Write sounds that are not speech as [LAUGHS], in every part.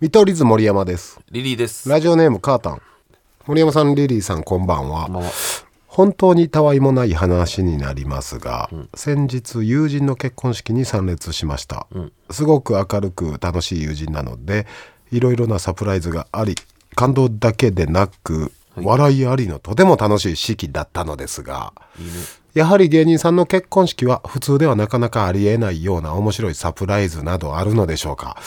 見取り図森山ですリリーです。ラジオネームカータン森山さんリリーさんこんばんはこんばんは本当にたわいもない話になりますが、先日友人の結婚式に参列しました、すごく明るく楽しい友人なのでいろいろなサプライズがあり感動だけでなく、笑いありのとても楽しい式だったのですがやはり芸人さんの結婚式は普通ではなかなかありえないような面白いサプライズなどあるのでしょうか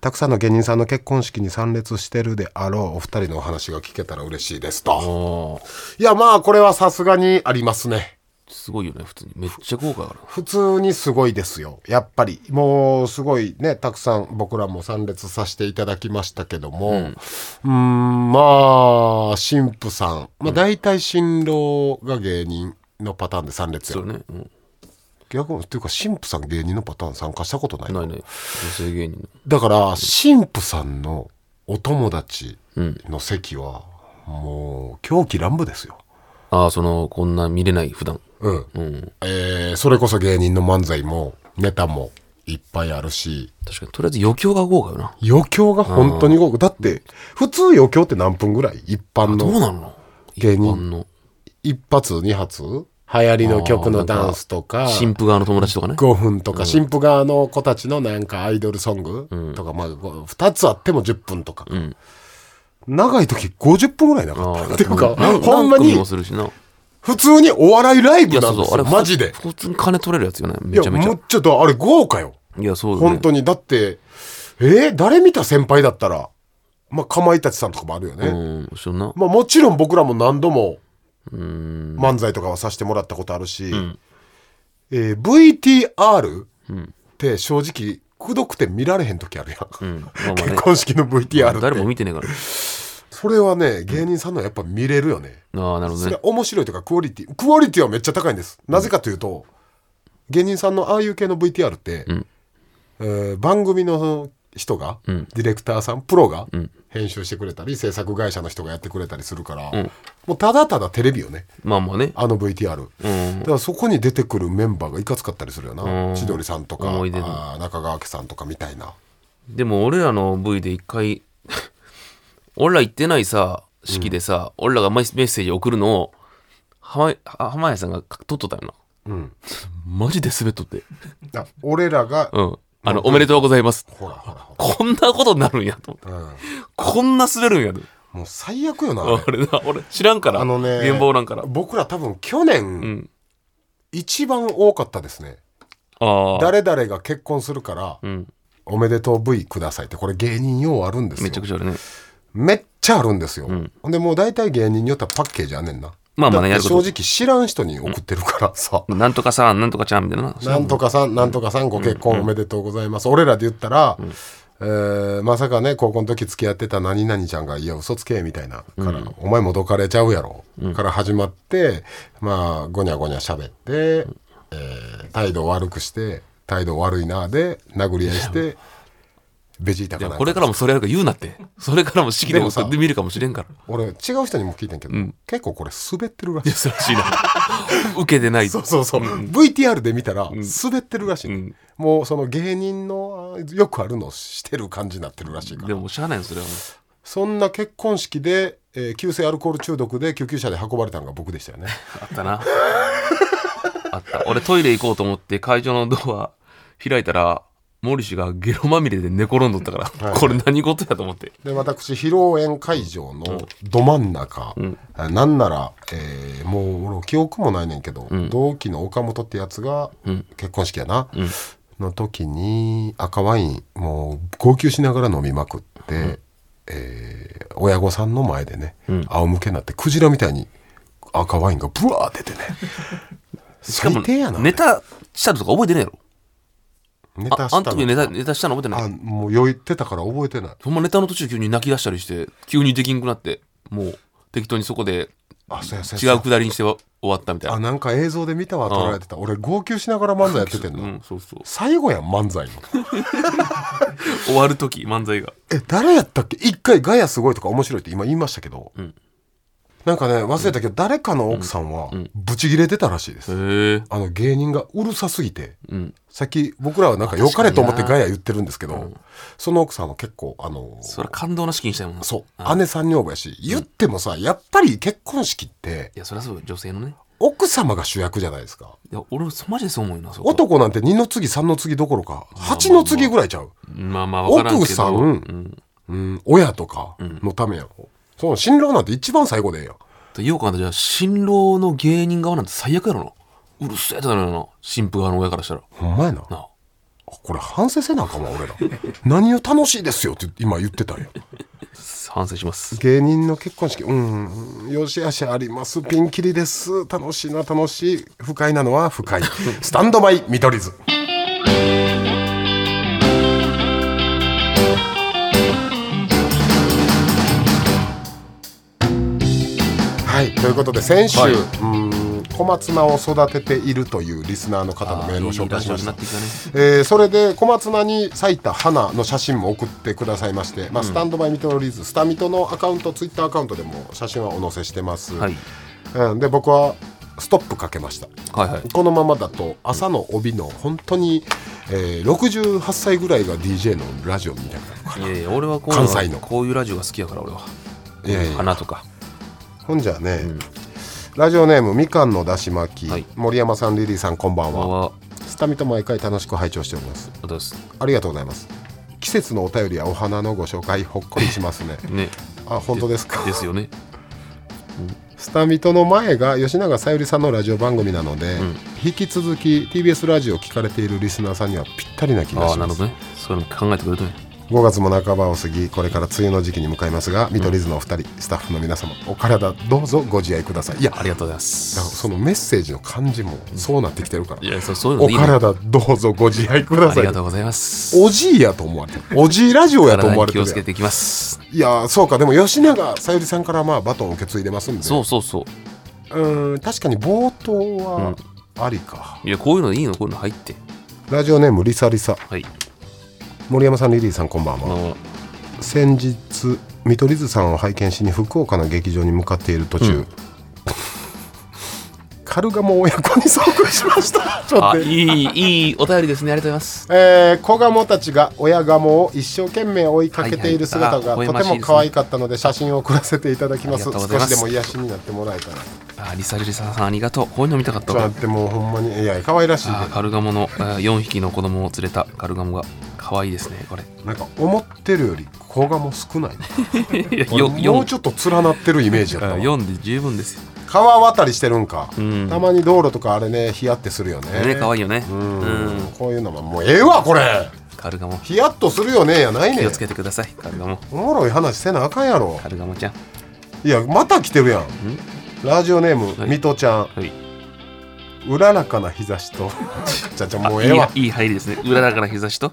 たくさんの芸人さんの結婚式に参列してるであろうお二人のお話が聞けたら嬉しいですと。おーいやまあこれはさすがにありますねすごいよね、普通に。めっちゃ豪華だから。普通にすごいですよやっぱりもうすごいねたくさん僕らも参列させていただきましたけどもうんーんまあ新婦さん、まあ、大体新郎が芸人のパターンで参列そやうね。うん。逆にっていうか新婦さん芸人のパターン参加したことないないない。女性芸人だから新婦さんのお友達の席はもう狂気乱舞ですよの。ああ、その、こんな見れない、普段。うんうん。えーそれこそ芸人の漫才もネタもいっぱいあるし確かに、とりあえず余興が豪華よな。余興が本当に多くだって普通余興って何分ぐらい一般どうのなの芸一般人の。一発二発流行りの曲のダンスとか新婦側の友達とかね。 5分とか新婦側の子たちのなんかアイドルソングとか、まあ2つあっても10分とか、ん長い時50分ぐらいなあかったーっていうかなんほんま何組にもするしな。普通にお笑いライいブや、なそんうでそう。すよあれ、マジで普通に金取れるやつよね。いめやちゃめちもゃう。ちょっとあれ豪華よいや、そうだね。本当にだってえー誰見た先輩だったらまあかまいたちさんとかもあるよね、うん、そんな。まあ、もちろん僕らも何度もうん。漫才とかはさせてもらったことあるし、えー VTR って正直くどくて見られへん時あるやん、うん。まあま [LAUGHS] あね結婚式の VTR って誰も見てねえから。それはね芸人さんのはやっぱ見れるよね、ああ、なるほそどれねは。面白いとかクオリティクオリティはめっちゃ高いんですなぜかというと芸人さんのああいう系の VTR って、んえー番組の人が、んディレクターさんプロがん編集してくれたり制作会社の人がやってくれたりするから、んもうただただテレビよねまあまあね。あの VTR うんだ。からそこに出てくるメンバーがいかつかったりするようなん千鳥さんとか思い出のあー中川家さんとかみたいなでも俺らの V で一回 [LAUGHS] 俺ら行ってないさ式でさ、俺らがメッセージ送るのを浜あ浜谷さんが撮っとったよなうんマジで滑っとってあ俺らが、うんあの、おめでとうございますほらほらほこんなことになるんやと思ってら、うん、こんな滑るんやともう最悪よなあれ俺な俺知らんからあのね現場なんから僕ら多分去う年ん一番多かったですね、ああ誰々が結婚するからうんおめでとう V くださいってこれ芸人用あるんですよめちゃくちゃあるねめっちゃあるんですよ、んほんでもう大体芸人によってはパッケージあんねんなまあまあねだやってるこ正と直知らん人に送ってるからさ、なんとかさんなんとかちゃんみたいなななんとかさん、なんとかさん、ご結婚おめでとうございます。俺らで言ったら、えーまさかね、高校の時付き合ってた何々ちゃんが、いや、嘘つけ、みたいな、から、お前もどかれちゃうやろ、から始まって、まあ、ごにゃごにゃ喋って、えー態度悪くして、態度悪いな、で、殴り合いして、ベジータいかやな。これからもそれやるから言うなってそれからも式でもそれで見るかもしれんから俺、違う人にも聞いてんけど、結構これ滑ってるらしい。珍しいな [LAUGHS] 受けてないそうそうそう、VTR で見たら滑ってるらしいね、うんもうその芸人のあよくあるのをしてる感じになってるらしいから、でもしゃあないよそれはもそんな結婚式で、えー急性アルコール中毒で救急車で運ばれたのが僕でしたよねうあったなあった俺トイレ行こうと思って会場のドア開いたらモリシがゲロまみれで寝転んどったからこれ何事やと思ってで私披露宴会場のど真ん中、あなんなら、えーもう俺記憶もないねんけど、同期の岡本ってやつが、結婚式やな、の時に赤ワインもう号泣しながら飲みまくって、えー親御さんの前でね、仰向けになってクジラみたいに赤ワインがブワー出てね [LAUGHS] しかも最低やなネタしたのとか覚えてねえやろネあタあしんた時のネタネタしたの覚えてなあいもう酔ってたから覚えてないほんまネタの途中急に泣き出したりして急にできんくなってもう適当にそこであそうやそう違やうくだりにしては終わったみたいあななんか映像で見たわ撮られてた俺号泣しながら漫才やっててんの、うんそうそう最後やん漫才の終わる時漫才がえ誰やったっけ一回ガヤすごいとか面白いって今言いましたけど、なんかね忘れたけど、誰かの奥さんはブチギレてたらしいです、へえあの芸人がうるさすぎて、うんさっき僕らはなんか良かれと思ってガヤ言ってるんですけど、その奥さんは結構あのそれ感動の式にしたいもんなそうう姉さん女房やし言ってもさやっぱり結婚式っていやそりゃそう女性のね奥様が主役じゃないですかいや俺そマジでそう思うよなそこ男なんて二の次三の次どころか八の次ぐらいちゃう、まあまあ分からんけど奥さんうん、うん、親とかのためやん、その新郎なんて一番最後でええやんとよう考えたらじゃあ新郎の芸人側なんて最悪やろなうるせえってなるよな新婦側の親からしたらほんまやななああこれ反省せなあかんわ俺ら何を楽しいですよって今言ってたんや反省します芸人の結婚式うんよしあしありますピンキリです楽しいな楽しい不快なのは不 [LAUGHS] 快スタンドバイ見取り図はいということで先週、はいうーん小松菜を育てているというリスナーの方のメールを紹介しましたあーいいラジオになってきたねえーそれで小松菜に咲いた花の写真も送ってくださいまして、まあ、スタンドバイ見取り図スタミトのアカウントツイッターアカウントでも写真はお載せしてます、はいうん、で僕はストップかけましたはいはいこのままだと朝の帯の本当に、えー68歳ぐらいが DJ のラジオみたいないやいや俺はこういう関西のこういうラジオが好きやから俺はいやいや花とかほんじゃね、ラジオネームみかんのだし巻き、はい森山さんリリーさんこんばんこれははスタミト毎回楽しく拝聴しておりますあとですありがとうございます季節のお便りやお花のご紹介ほっこりします [LAUGHS] ねねあ本当ですかですよねスタミトの前が吉永小百合さんのラジオ番組なので、引き続き TBS ラジオを聞かれているリスナーさんにはぴったりな気がああしまなるすほどねそういうの考えてくれてね5月も半ばを過ぎこれから梅雨の時期に向かいますが見取り図のお二人、スタッフの皆様お体どうぞご自愛くださいいやだかありがとうございまらすそのメッセージの感じもそうなってきてるから、いやそうそういうのおでいいね体どうぞご自愛くだあさりいがとうございますおじいやと思われてるおじいラジオやと思われて体にる気をやつんけていきますいやそうかでも吉永小百合さんからまあバトンを受け継いでますんでそうそうそううん確かに冒頭はありか、いやこういうのいいのこういうの入ってラジオネームリサリサはい森山さんリリーさんこんばんは、まあ先日見取り図さんを拝見しに福岡の劇場に向かっている途中、 [LAUGHS] カルガモ親子に遭遇しました [LAUGHS] ちょっとあ待いっていいいお便りですねありがとうございますえー子ガモたちが親ガモを一生懸命追いかけている姿がはいはいとあても可愛かったので写真を送らせていただきますありがとうござい少ましすでも癒しになってもらえたらあリサリサさんありがとうこういうの見たかったちょっとわ待ってもうほんまにいや可愛らしいねあカルガモの4匹の子供を連れたカルガモが可愛いですねこれなんか思ってるより子ガモ少ないねいや俺よもう四ちょっと連なってるイメージだったわ4で十分ですよ川渡りしてるんか、んたまに道路とかあれねヒヤってするよねね可愛いよねううんんこういうのももうええわこれカルガモヒヤッとするよねやない気ねをんつけてくださいカルガモおもろい話せなあかんやろカルガモちゃんいやまた来てるやんラジオネーム、はいミトちゃんはいいうららかな日差し [LAUGHS] とちゃちゃもうええわやいい入りですね裏だから日差しと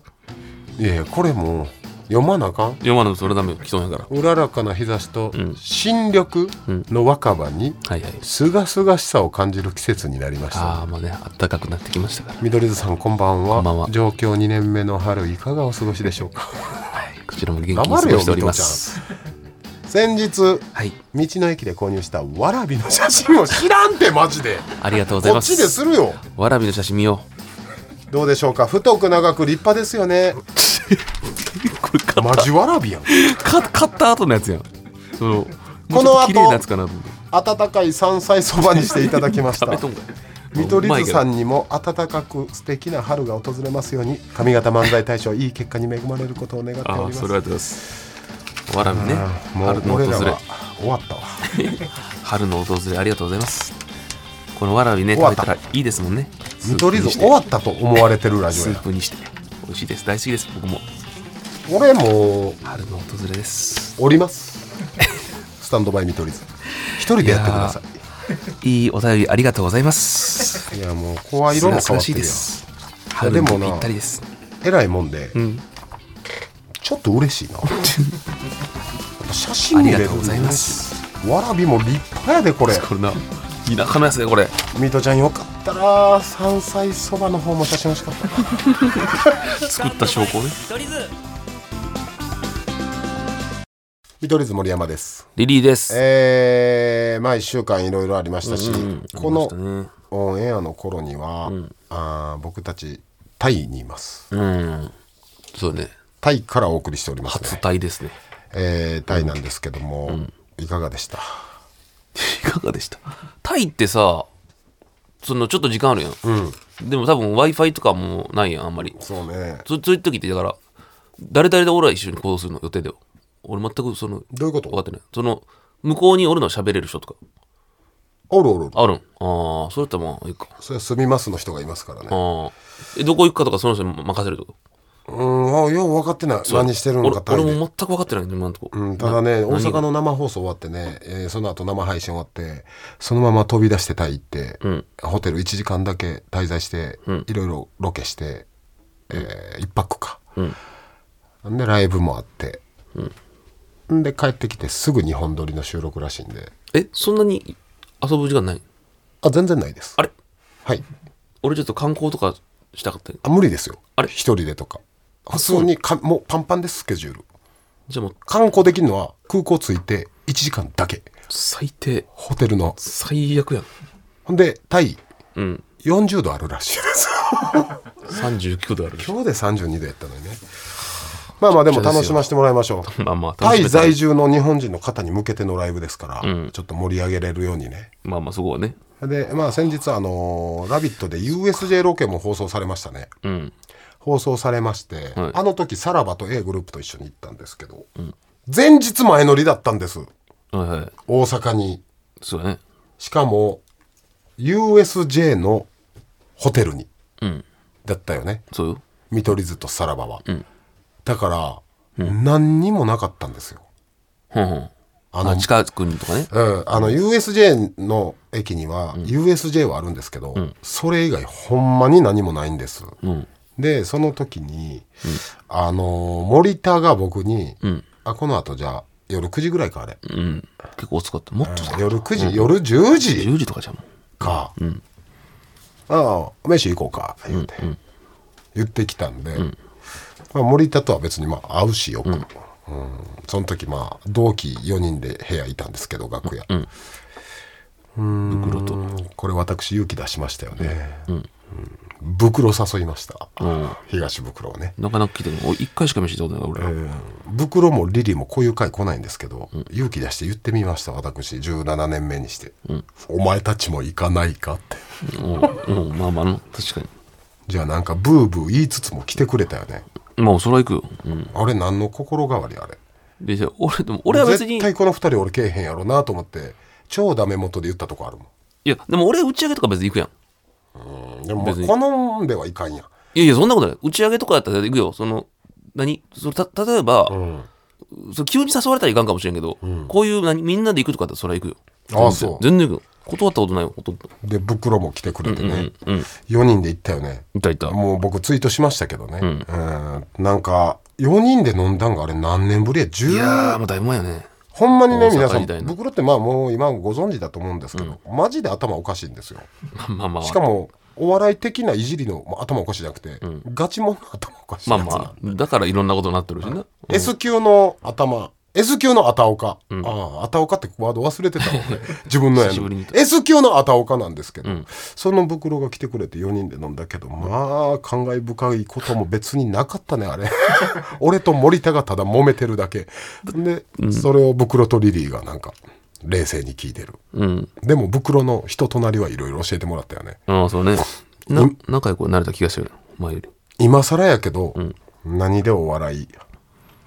いやいやこれもう読まなあかん読まんでもそれダメよ来そうやからうららかな日差しと、ん新緑の若葉にはいはいすがすがしさを感じる季節になりましたああまあねあったかくなってきましたからみどりずさんこんばんはこんばんは上京2年目の春いかがお過ごしでしょうかはいこちらも元気に黙過れよごしております先日道はいの駅で購入したわらびの写真を知らんてマジでありがとうございこっまちですするよわらびの写真見よどうでしょうか太く長く立派ですよ [LAUGHS] ねうこれ買マジわらびやんか買った後のやつやんそのこの後もうちょっと綺麗なやつかなと思って温かい山菜そばにしていただきました食べとんかい見取り図さんうにも温かく素敵な春が訪れますように上方漫才大賞いい結果に恵まれることを願ってまいけどあおありそまれはありがとうすもございますわらびねう俺春のら訪れは終わったわ春の訪れありがとうございますこのわらびね終わ食っべたたらいいですもんね見取り図スープにして終わったと思われてるラジスオーやプにして美味しいです大好きです僕も俺もう春の訪れですおり [LAUGHS] ます。スタンドバイ見取り図。一人でやってくださいいお便りありがとうございますい。いやもう声色も変わってるやん。春ででももなぴったりですえらいもんで、んちょっと嬉しい [LAUGHS] な。やっぱ写真見れるありがとうございます。わらびも立派やでこれ。これな田舎のやつねこれミトちゃんよかったら山菜そばの方も写真欲しかった。作った証拠ね [LAUGHS] 見取り図森山ですリリーです。えー、まあ1週間いろいろありましたし、このありましたねオンエアの頃には、あー僕たちタイにいますうん。そうね。タイからお送りしております、初ね体ですね。 [LAUGHS] えータイなんですけども、いかがでしたいかがでしたタイってさ、そのちょっと時間あるやん。でも多分 Wi-Fi とかもないやん、あんまり。そうねそそういう時って、だから、誰々と俺は一緒に行動するの予定だよ。俺全くその、どういうこ分かとってない。その、向こうにおるの喋れる人とか、おるおるおるあるんああ、それやったらまあいいか。それは住みますの人がいますからねああ。え、どこ行くかとかその人に任せるとか。うんあよう分かってない何してるの俺かタイ俺もで全く分かってないんで、今のとこ。うん、ただね、大阪の生放送終わってね、えーその後生配信終わって、そのまま飛び出してタイ行って、ホテル1時間だけ滞在して、いろいろロケして、えー一泊か。ん、で、ライブもあって、ん、で、帰ってきてすぐ日本撮りの収録らしいんで、え、そんなに遊ぶ時間ないあ、全然ないです。あれはい。俺ちょっと観光とかしたかったけどあ、無理ですよ。あれ一人でとか。普通にか、もうパンパンです、スケジュール。じゃあもう観光できるのは空港着いて1時間だけ。最低ホテルの。最悪やんほんで、タイ、うん40度あるらしいです。 [LAUGHS] 39度ある今日で32度やったのにね。まあまあでも楽しませてもらいましょう。 [LAUGHS] まあまあタ楽しイめた在住の日本人の方に向けてのライブですから、ちょっと盛り上げれるようにね。まあまあそこはねで、まあ先日、あのーラビット!」で USJ ロケも放送されましたね。うん放送されまして、はいあの時、さらばと A グループと一緒に行ったんですけど、前日前乗りだったんです。はいはい大阪に。そうだねしかも、USJ のホテルに。うんだったよね。そうよ見取り図とさらばは、だから、何にもなかったんですよ、ほんほんああのの近くにとかねうん、あの USJ の駅には、USJ はあるんですけど、それ以外ほんまに何もないんです、うんでその時に、あのーモニターが僕に、あこのあとじゃあ夜9時ぐらいかあれ、うん結構遅かったもっとさ夜9時、夜10時10時とかじゃんもか、ああ飯行こうか言って、言ってきたんで、まあ、森田とは別にまあ会うしよく、うんその時まあ同期4人で部屋いたんですけど楽屋、う袋とうんこれ私勇気出しましたよね、うん袋誘いました、東袋をね、なかなか来てる俺一回しか飯行ったことないから俺袋もリリーもこういう回来ないんですけど、勇気出して言ってみました私17年目にして、お前たちも行かないかってうんうんまあまあな確かじゃあなんかブーブー言いつつも来てくれたよね、にまあそれは行くようんあれ何の心変わりあれでじゃあ俺でも俺は別に絶対この二人俺けえへんやろなと思って超ダメ元で言ったとこあるもいやでも俺打ち上げとか別に行くやんん、でもまあ別に好んではいかんやんいやいや、そんなことない。打ち上げとかだったら行くよ。その、何それた例えば、それ急に誘われたらいかんかもしれんけど、こういう何みんなで行くとかだったらそれは行くよ。ああ全然そう全然行くよ。断ったことないよ、ほとんど。で袋も来てくれてね、四4人で行ったよねいたいた。もう僕ツイートしましたけどね、うんなんか4人で飲んだんがあれ何年ぶりやい10やー、もうだいぶ前やね。ほんまにね大阪皆さん時代の袋ってまあもう今ご存知だと思うんですけど、マジで頭おかしいんですよまあまあまあ。しかもお笑い的ないじりのまあ頭おかしいじゃなくて、ガチもんの頭おかしいまやあつなまあ、だからいろんなことになってるしな。 S 級の頭 S 級のあたおか、あああたおかってワード忘れてたわ [LAUGHS] 俺自分のや久しぶりに言っつ S 級のあたおかなんですけど、その袋が来てくれて4人で飲んだけどまあ感慨深いことも別になかったねあれ [LAUGHS] 俺と森田がただ揉めてるだけで、それを袋とリリーがなんか冷静に聞いてるうん。でも袋の人となりはいろいろ教えてもらったよねああ、そうね。な、仲良くなれた気がするよ。前より。今更やけど、何でお笑い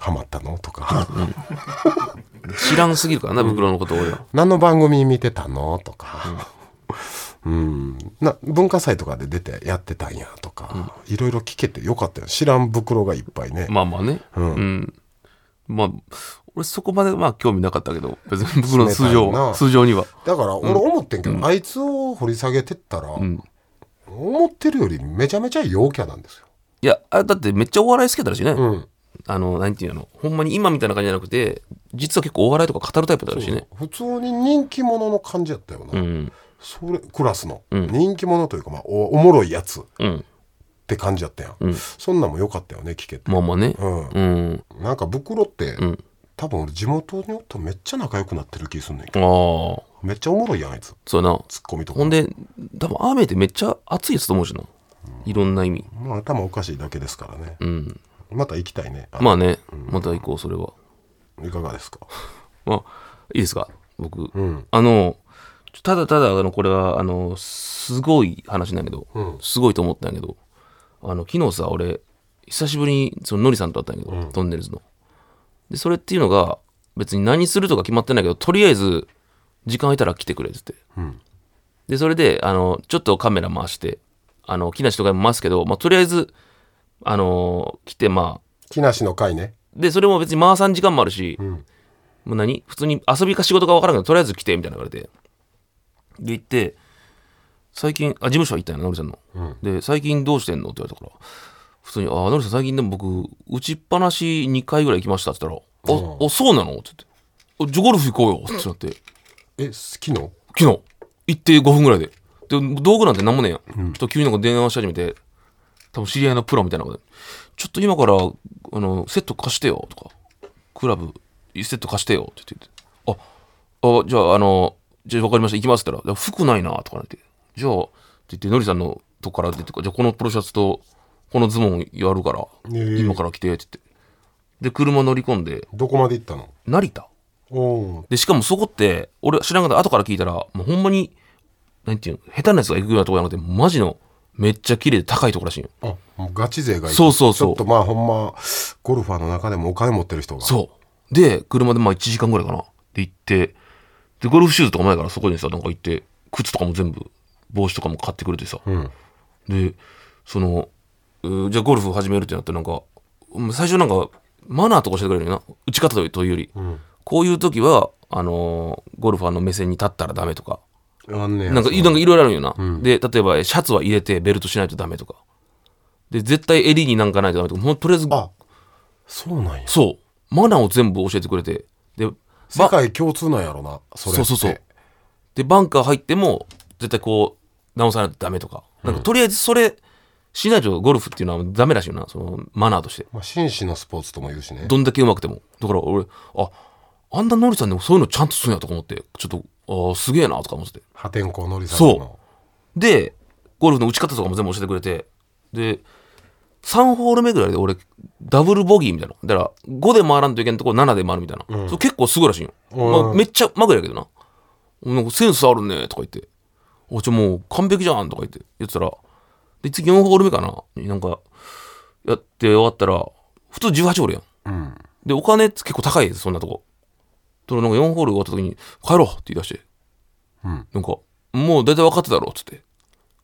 ハマったのとか知らんすぎるからな、袋のこと俺は。何の番組見てたのとか、うん、な文化祭とかで出てやってたんやとか、いろいろ聞けてよかったよ知らん袋がいっぱいね、まあまあね。うん。まあ、俺そこまでまあ興味なかったけど、別 [LAUGHS] に袋の通冷たいな常、通常には。だから俺思ってんけど、あいつを掘り下げてったら、思ってるよりめちゃめちゃ陽キャなんですよ。いや、あだってめっちゃお笑い好きだったらしいね。うんあの、なんていうの、ほんまに今みたいな感じじゃなくて、実は結構お笑いとか語るタイプだったらしいね。普通に人気者の感じやったよな、うん。それクラスの、人気者というか、まあ、おおもろいやつっうん。て感じやったやん、そんなんも良かったよね聞けて、まあまあね。うんうん。なんか袋って、多分俺地元におったらめっちゃ仲良くなってる気すんねんけああーどめっちゃおもろいやんあいつそうやなツッコミとかほんで多分雨ってめっちゃ暑いやつと思うしないろんな意味まあ頭おかしいだけですからねうんまた行きたいねあまあねまた行こうそれはいかがですかまあいいですか僕うんあのちょただただあのこれはあのすごい話なんだけどうんすごいと思ったんやけどあの昨日さ俺久しぶりにそののりさんと会ったんやけど、うんトンネルズのでそれっていうのが別に何するとか決まってないけどとりあえず時間空いたら来てくれっつってうんでそれであのちょっとカメラ回してあの木梨とかも回すけど、まあ、とりあえずあの来てまあ木梨の会ねでそれも別に回さん時間もあるし、うんもう何普通に遊びか仕事か分からんけどとりあえず来てみたいなの言われてで行って最近あ事務所行ったんやなのりさんの、うんで最近どうしてんのって言われたから普通に「あのりさん最近でも僕打ちっぱなし2回ぐらい行きました」って言ったらう「んおおそうなの?」って言ってお「じゃあゴルフ行こうよ」ってなってえ好きの昨日行って5分ぐらいでで道具なんて何もねえや、ん、ちょっと急になんか電話し始めて多分知り合いのプロみたいなことで「ちょっと今からあのセット貸してよ」とか「クラブセット貸してよ」って言って「ああじゃああのじゃあ分かりました行きます」って言ったら「服ないな」とかなって「じゃあ」って言ってのりさんのとこから出てくるじゃあこのプロシャツとこのズボンやるからええ今から来て」って言ってで車乗り込んでどこまで行ったの成田おおで、しかもそこって、俺知らんかった後から聞いたら、もうほんまに、なんていうの、下手なやつが行くようなとこじゃなくて、マジの、めっちゃ綺麗で高いとこらしいんよ。あもうガチ勢がいるそうそうそうちょっとまあほんまゴルファーの中でもお金持ってる人がそう。で、車でまあ1時間ぐらいかな。で、行って、で、ゴルフシューズとかもないから、そこにさ、なんか行って、靴とかも全部、帽子とかも買ってくれてさ。うんで、その、うーじゃあゴルフ始めるってなって、なんか、うん最初なんか、マナーとかしてくれるよな。打ち方というより。うんこういう時は、あのーゴルファーの目線に立ったらダメとか、あんねやなんかそいなんかいろいろあるんよな、で例えばシャツは入れてベルトしないとダメとかで絶対襟になんかないとダメとかもうとりあえずあそうなんやそうマナーを全部教えてくれてで世界共通なんやろなそれそうそうそうでバンカー入っても絶対こう直さないとダメとかなんかとりあえずそれしないとゴルフっていうのはダメらしいよなそのマナーとしてまあ、紳士のスポーツとも言うしねどんだけ上手くてもだから俺ああんなノリさんでもそういうのちゃんとするんやとか思ってちょっとあーすげえなとか思ってて破天荒のりさんそでゴルフの打ち方とかも全部教えてくれてで3ホール目ぐらいで俺ダブルボギーみたいなだから5で回らんといけんとこ7で回るみたいな、それ結構すごいらしいよ、うんまあめっちゃまぐれやけどななんかセンスあるねとか言って「おちょもう完璧じゃん」とか言って言ってたらで次4ホール目かななんかやって終わったら普通18ホールやんううんで、お金って結構高いです、そんなとこ。となんか4ホール終わった時に、帰ろうって言い出して。うんなんか、もう大体分かってたろっつって。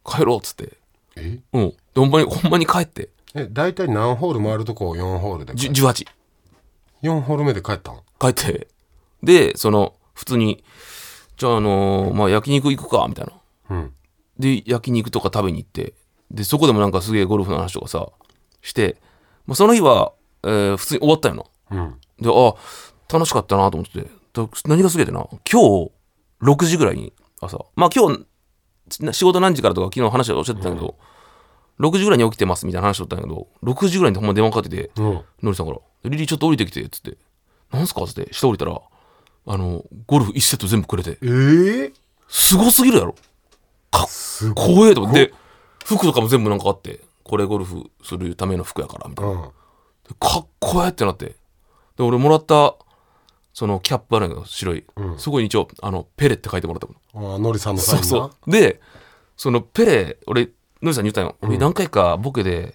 帰ろうっつって。えうん。で、ほんまに、ほんまに帰って。え大体何ホール回るとこを4ホールでじ18。 4ホール目で帰ったん帰って。で、その、普通に、じゃああのーまあ、焼肉行くか、みたいな。うんで、焼肉とか食べに行って。で、そこでもなんかすげえゴルフの話とかさ、して。まあ、その日は、えー普通に終わったよな。うんで、あ、楽しかったなと思ってて、だ何がすげえってな、今日、6時ぐらいに、朝、まあ今日、な仕事何時からとか昨日話をおっしゃってたけど、6時ぐらいに起きてますみたいな話をったんだけど、6時ぐらいにほんま電話かかってて、うんのりさんから、リリーちょっと降りてきて、っつって、なんすかっつって、下降りたら、あの、ゴルフ1セット全部くれて、ええすごすぎるやろ。かっすごい怖えと思って、で服とかも全部なんかあって、これゴルフするための服やから、みたいなう。んかっこええってなってで俺もらったそのキャップあるんだけど白い、うんそこに一応あのペレって書いてもらったもんあのりさんのサイそンうなそうでそのペレ俺ノリさんに言ったんよ、俺何回かボケで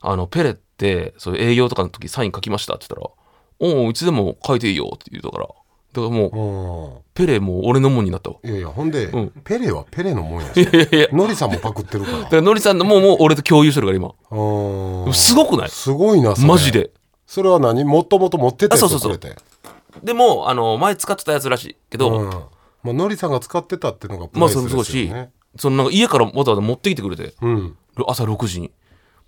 あのペレってそういう営業とかの時サイン書きましたって言ったら「おおいつでも書いていいよ」って言うたからだからもう、うペレもう俺のもんになったわんいやいやほんで、うんペレはペレのもんやいしやいやいやだのりさんもパクってるかからノリさんのもうもう俺と共有してるから今らうんすごくないすごいなそれマジでそれは何もともと持ってたやつあそうをそくうそれうてうでもあの前使ってたやつらしいけど、んまあのりさんが使ってたっていうのがプまライあそスれでもすそうよだし、ね、そのなんか家からわざわざ持ってきてくれて、うん朝6時に。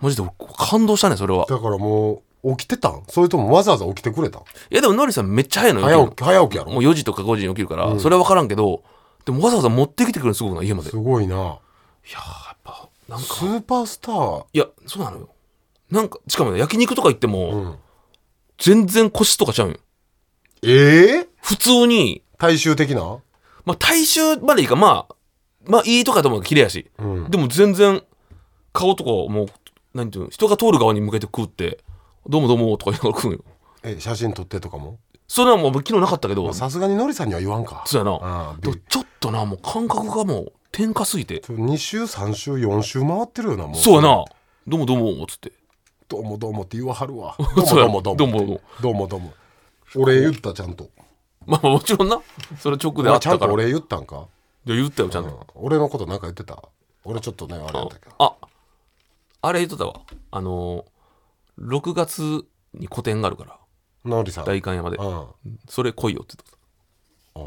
マジで俺感動したね、それは。だからもう起きてたんそれともわざわざ起きてくれたんいやでもノリさんめっちゃ早いの早よ。起起きき早起きやるのもろう4時とか5時に起きるから、それは分からんけど、でもわざわざ持ってきてくれるのすごくない家まで。いすごいなやーやっぱ、なんか、スーパースターいや、そうなのよ。なんか、しかもね、焼肉とか行っても、うん全然腰とかちゃうんよ。ええ普通に、大衆的なまあ、大衆までいいか、まあ、まあ、いいとかと思うけど、綺麗やし。うんでも全然、顔とかもう、なんていうの、人が通る側に向けて食うって、どうもどうもとか言いながら食うんよ。え写真撮ってとかもそれはもう昨日なかったけど、さすがにのりさんには言わんかそうやな。あでもちょっとな、もう感覚がもう、天下すぎて。 2週3週4週回ってるよなもうそうやな。どうもどうも、つって。 [LAUGHS] どうもどうもって言わはるわそうやどうもどうもどうもどうもどどううももどうも俺言ったちゃんとまあまあもちろんな。それ直おであ前っちゃたんとから。俺言ったんかいや言ったよ、ちゃんと。俺のことなんか言ってた俺ちょっとねあれやったけどあ、あれ言っとったわ。あのー、6月に個展があるから、のりさん代官山でう。んあそれ来いよって言っとっあ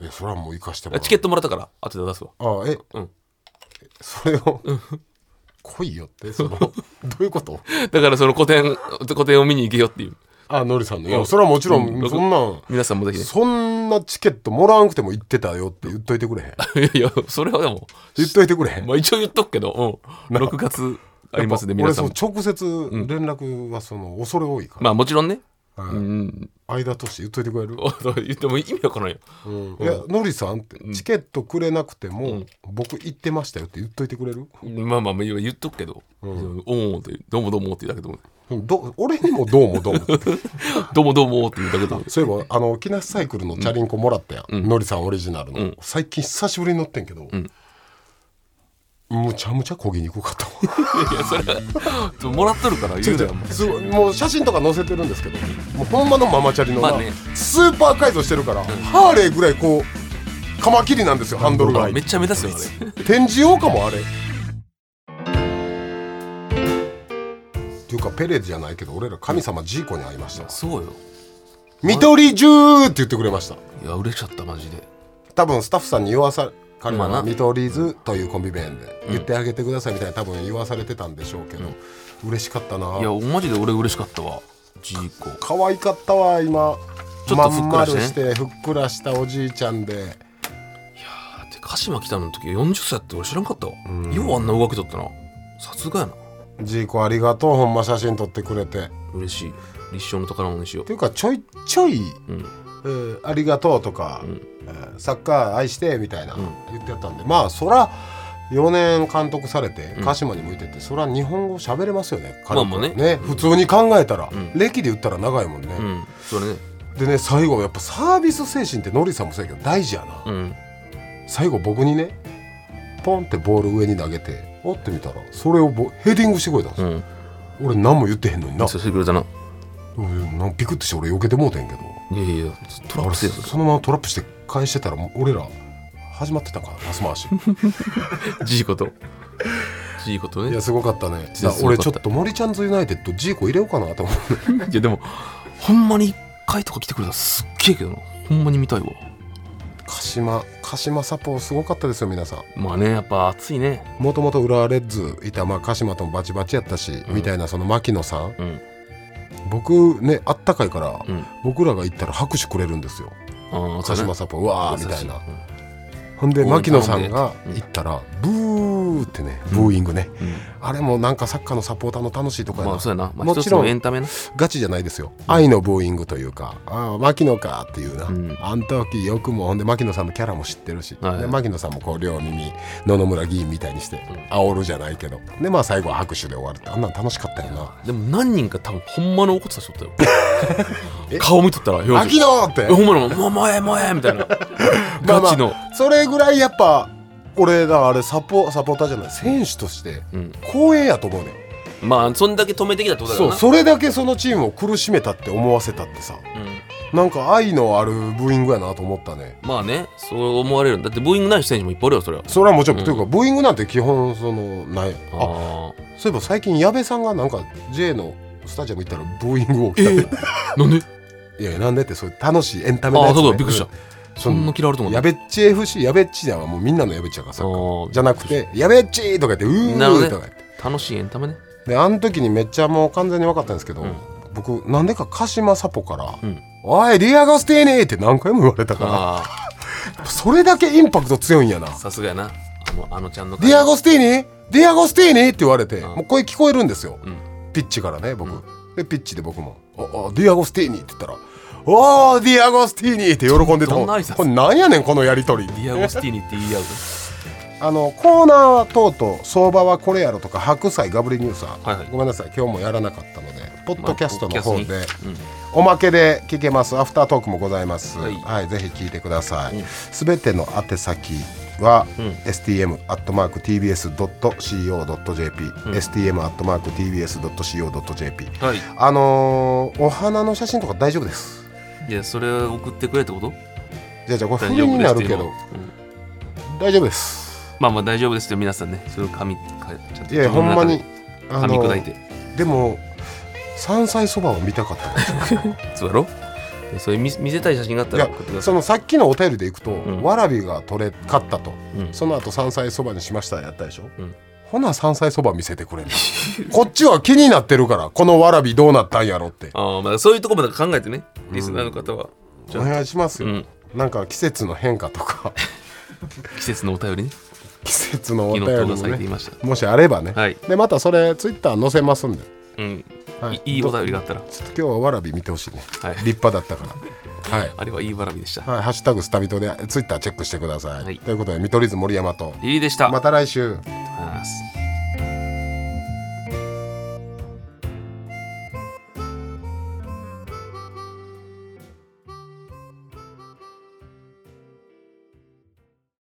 えそれはもう生かしてもた。らあうチケットもらったから、後で出すわ。ああえ、うんそれを来いよってそ [LAUGHS] のどういうことだからその個展、個展を見に行けよっていう。あのりさんのいやそれはもちろんうんそんなん皆さんもぜひね。そんなチケットもらわなくても行ってたよって言っといてくれへん [LAUGHS] いやいや、それはでも、言っといてくれへんまあ一応言っとくけど、うん。な6月ありますね、やっ皆ぱさ俺んも。そう直接連絡はその恐れ多いから、まあもちろんね。はういん。間として言っといてくれる、お言っても意味わからんよ。いやのりさんってチケットくれなくても、僕行ってましたよって言っといてくれる、まあまあまあ言っとくけど、うん、おーんって、どうもどうもって言うだけども、ど俺にもどうもどうもってどうもどうもって言うだけども、そういえばあの木梨サイクルのチャリンコもらったやん、のりさんオリジナルの、ん最近久しぶりに乗ってんけど、むちゃむちゃ漕ぎにくかったわいや、それは、 [LAUGHS] もらっとるから [LAUGHS] 言うだよ。すごいもう写真とか載せてるんですけどもうほんまのママチャリのな、まあねスーパー改造してるから、ハーレーぐらいこうカマキリなんですよハンドルがめっちゃ目立つよ、あれ。展示用かもあれっていうかペレじゃないけど俺ら神様ジーコに会いましたそうよ。 「見取りーって言ってくれましたいや、嬉しかった、マジで。多分スタッフさんに言わさ彼らまあなは見取り図というコンビ名で言ってあげてくださいみたいな多分言わされてたんでしょうけど、嬉しかったないや、マジで俺嬉しかったわ、ジーコ。可愛かったわ今ちょっとふっくらしてまん丸ねしてふっくらしたおじいちゃんでだって鹿島来たの時40歳って俺知らんかったわ。ようあんな動きとったな。さすがやな。ジーコありがとうほんま写真撮ってくれて。嬉しい。立証の宝物にしよっていうかちょいちょい、んえーありがとう」とか、えーサッカー愛して」みたいな言ってたんで、まあそら4年監督されて鹿島に向いてて、そら日本語喋れますよねまあまあね彼普通に考えたら、歴で言ったら長いもんね、う。うん。それね。でね最後やっぱサービス精神ってノリさんもそうやけど大事やな、うん。最後僕にねポンってボール上に投げて折ってみたらそれをボヘディングしてくれたんですうよ、ん。俺何も言ってへんのになそうしてくれたな。うんなんかビクッとして俺避けてもうてんけどいやいや、トラッ俺プせそえよ。そのままトラップして返してたらもう俺ら始まってたんかなパス [LAUGHS] 回しジーコと。ジーコといねや。すごかったねすごかった俺ちょっと森ちゃんズユナイテッドジーコ入れようかなと思ういや、でも、ほんまに一回とか来てくれたらすっげえけどな。ほんまに見たいわ。鹿島鹿島サポすごかったですよ皆さんまあね、やっぱ暑いね。もともと浦和レッズいた、まあ、鹿島ともバチバチやったし、みたいなその牧野さんうん。僕ねあったかいから、うん。僕らが行ったら拍手くれるんですよああ、鹿島サポうわーみたいなうんほんで応援牧野さんが頼んで行ったらブーってねブーイングね、うんあれもなんかサッカーのサポーターの楽しいとこやな、まあそうやな、まあ、ももちちろんろんエンタメなガチじゃないですよ愛のブーイングというか「ああ牧野か」っていうな、うんあん時よくもほんで牧野さんのキャラも知ってるし、はいで牧野さんもこう両耳野々村議員みたいにして煽るじゃないけどでまあ最後は拍手で終わるってあんなん楽しかったよなでも何人か多分ほんまの怒ってた人お [LAUGHS] ったよ顔見とったら「表牧情野!」ってほんまのもうもうええもうええみたいな [LAUGHS] まあガまあチの、それぐらいやっぱ俺だからあれサポサポーターじゃない選手としてうん光栄やと思うねんまあそんだけ止めてきたってことだかそうらなそれだけそのチームを苦しめたって思わせたってさうんなんか愛のあるブーイングやなと思ったねまあねそう思われるんだってブーイングない選手もいっぱいあるよそれはそれはもちろん、うんというかブーイングなんて基本そのないああそういえば最近矢部さんがなんか J のスタジアム行ったらブーイングをえ起きたって、ー、なんでいやなんでってそういう楽しいエンタメのあやあつね、そうだびっくりしたそそのんな嫌われると思うやべっち FC やべっちだはもうみんなのやべっちだからさああじゃなくてやべっちとか言ってうなるほどーねとか言って、楽しいエンタメねであの時にめっちゃもう完全に分かったんですけど、うん僕なんでか鹿島サポから「うんおいリアゴスティーニ!」って何回も言われたかあらそれだけインパクト強いんやなあさすがやなあのあのちゃんのディアゴスティーニディアゴスティーニって言われて、んもう声聞こえるんですよ、うんピッチからね僕、でピッチで僕も「ああディアゴスティーニ」って言ったら「 「おーディアゴスティーニ!」って喜んでたどもんな挨拶んこれなんやねんこのやり取りディアゴスティーニって言い合うあのコーナーはとうとう相場はこれやろとか白菜ガブリニューサー、はいはいごめんなさい今日もやらなかったのでポッドキャストの方で、まあポッドキャストにおまけで聞けますアフタートークもございますは、はいいぜひ聞いてくださいうんすべ、全ての宛先は、うん stm.tbs.co.jp、stm.tbs.co.jp うんはいあのーお花の写真とか大丈夫ですいやそれ送ってくれってことじゃあじゃあこれ不大丈倫夫にでなすってるいけうのどはうん大丈夫ですまあまあ大丈夫ですよ皆さんねそれを紙かちゃんといや自ほ分んのま中にであ噛みの砕ーいてでも山菜そばを見たかったかもしれないそうやろそれ見見せたい写真があったいらや送ってくださそのさっきのお便りでいくと、んわらびが取れ買ったと、いうんその後山菜そばにしましたやったでしょ、うんほな山菜そば見せてくれる [LAUGHS] こっちは気になってるからこのわらびどうなったんやろってああまあそういうとこまで考えてねリスナーの方はちおょっ願いしますとよ、うんなんか季節の変化とか [LAUGHS] 季節のお便りね季節のお昨便日り動も画されていねましたもしあればね、はいでまたそれツイッター載せますんで、うんはいいいいお便りがあったらちょっと今日はわらび見てほしいね、はい立派だったからはいあれはいいわらびでしたはい、ハッシュタグスタビトでツイッターチェックしてください。はいということで見取り図森山といいでしたまた来週。ありがとうございます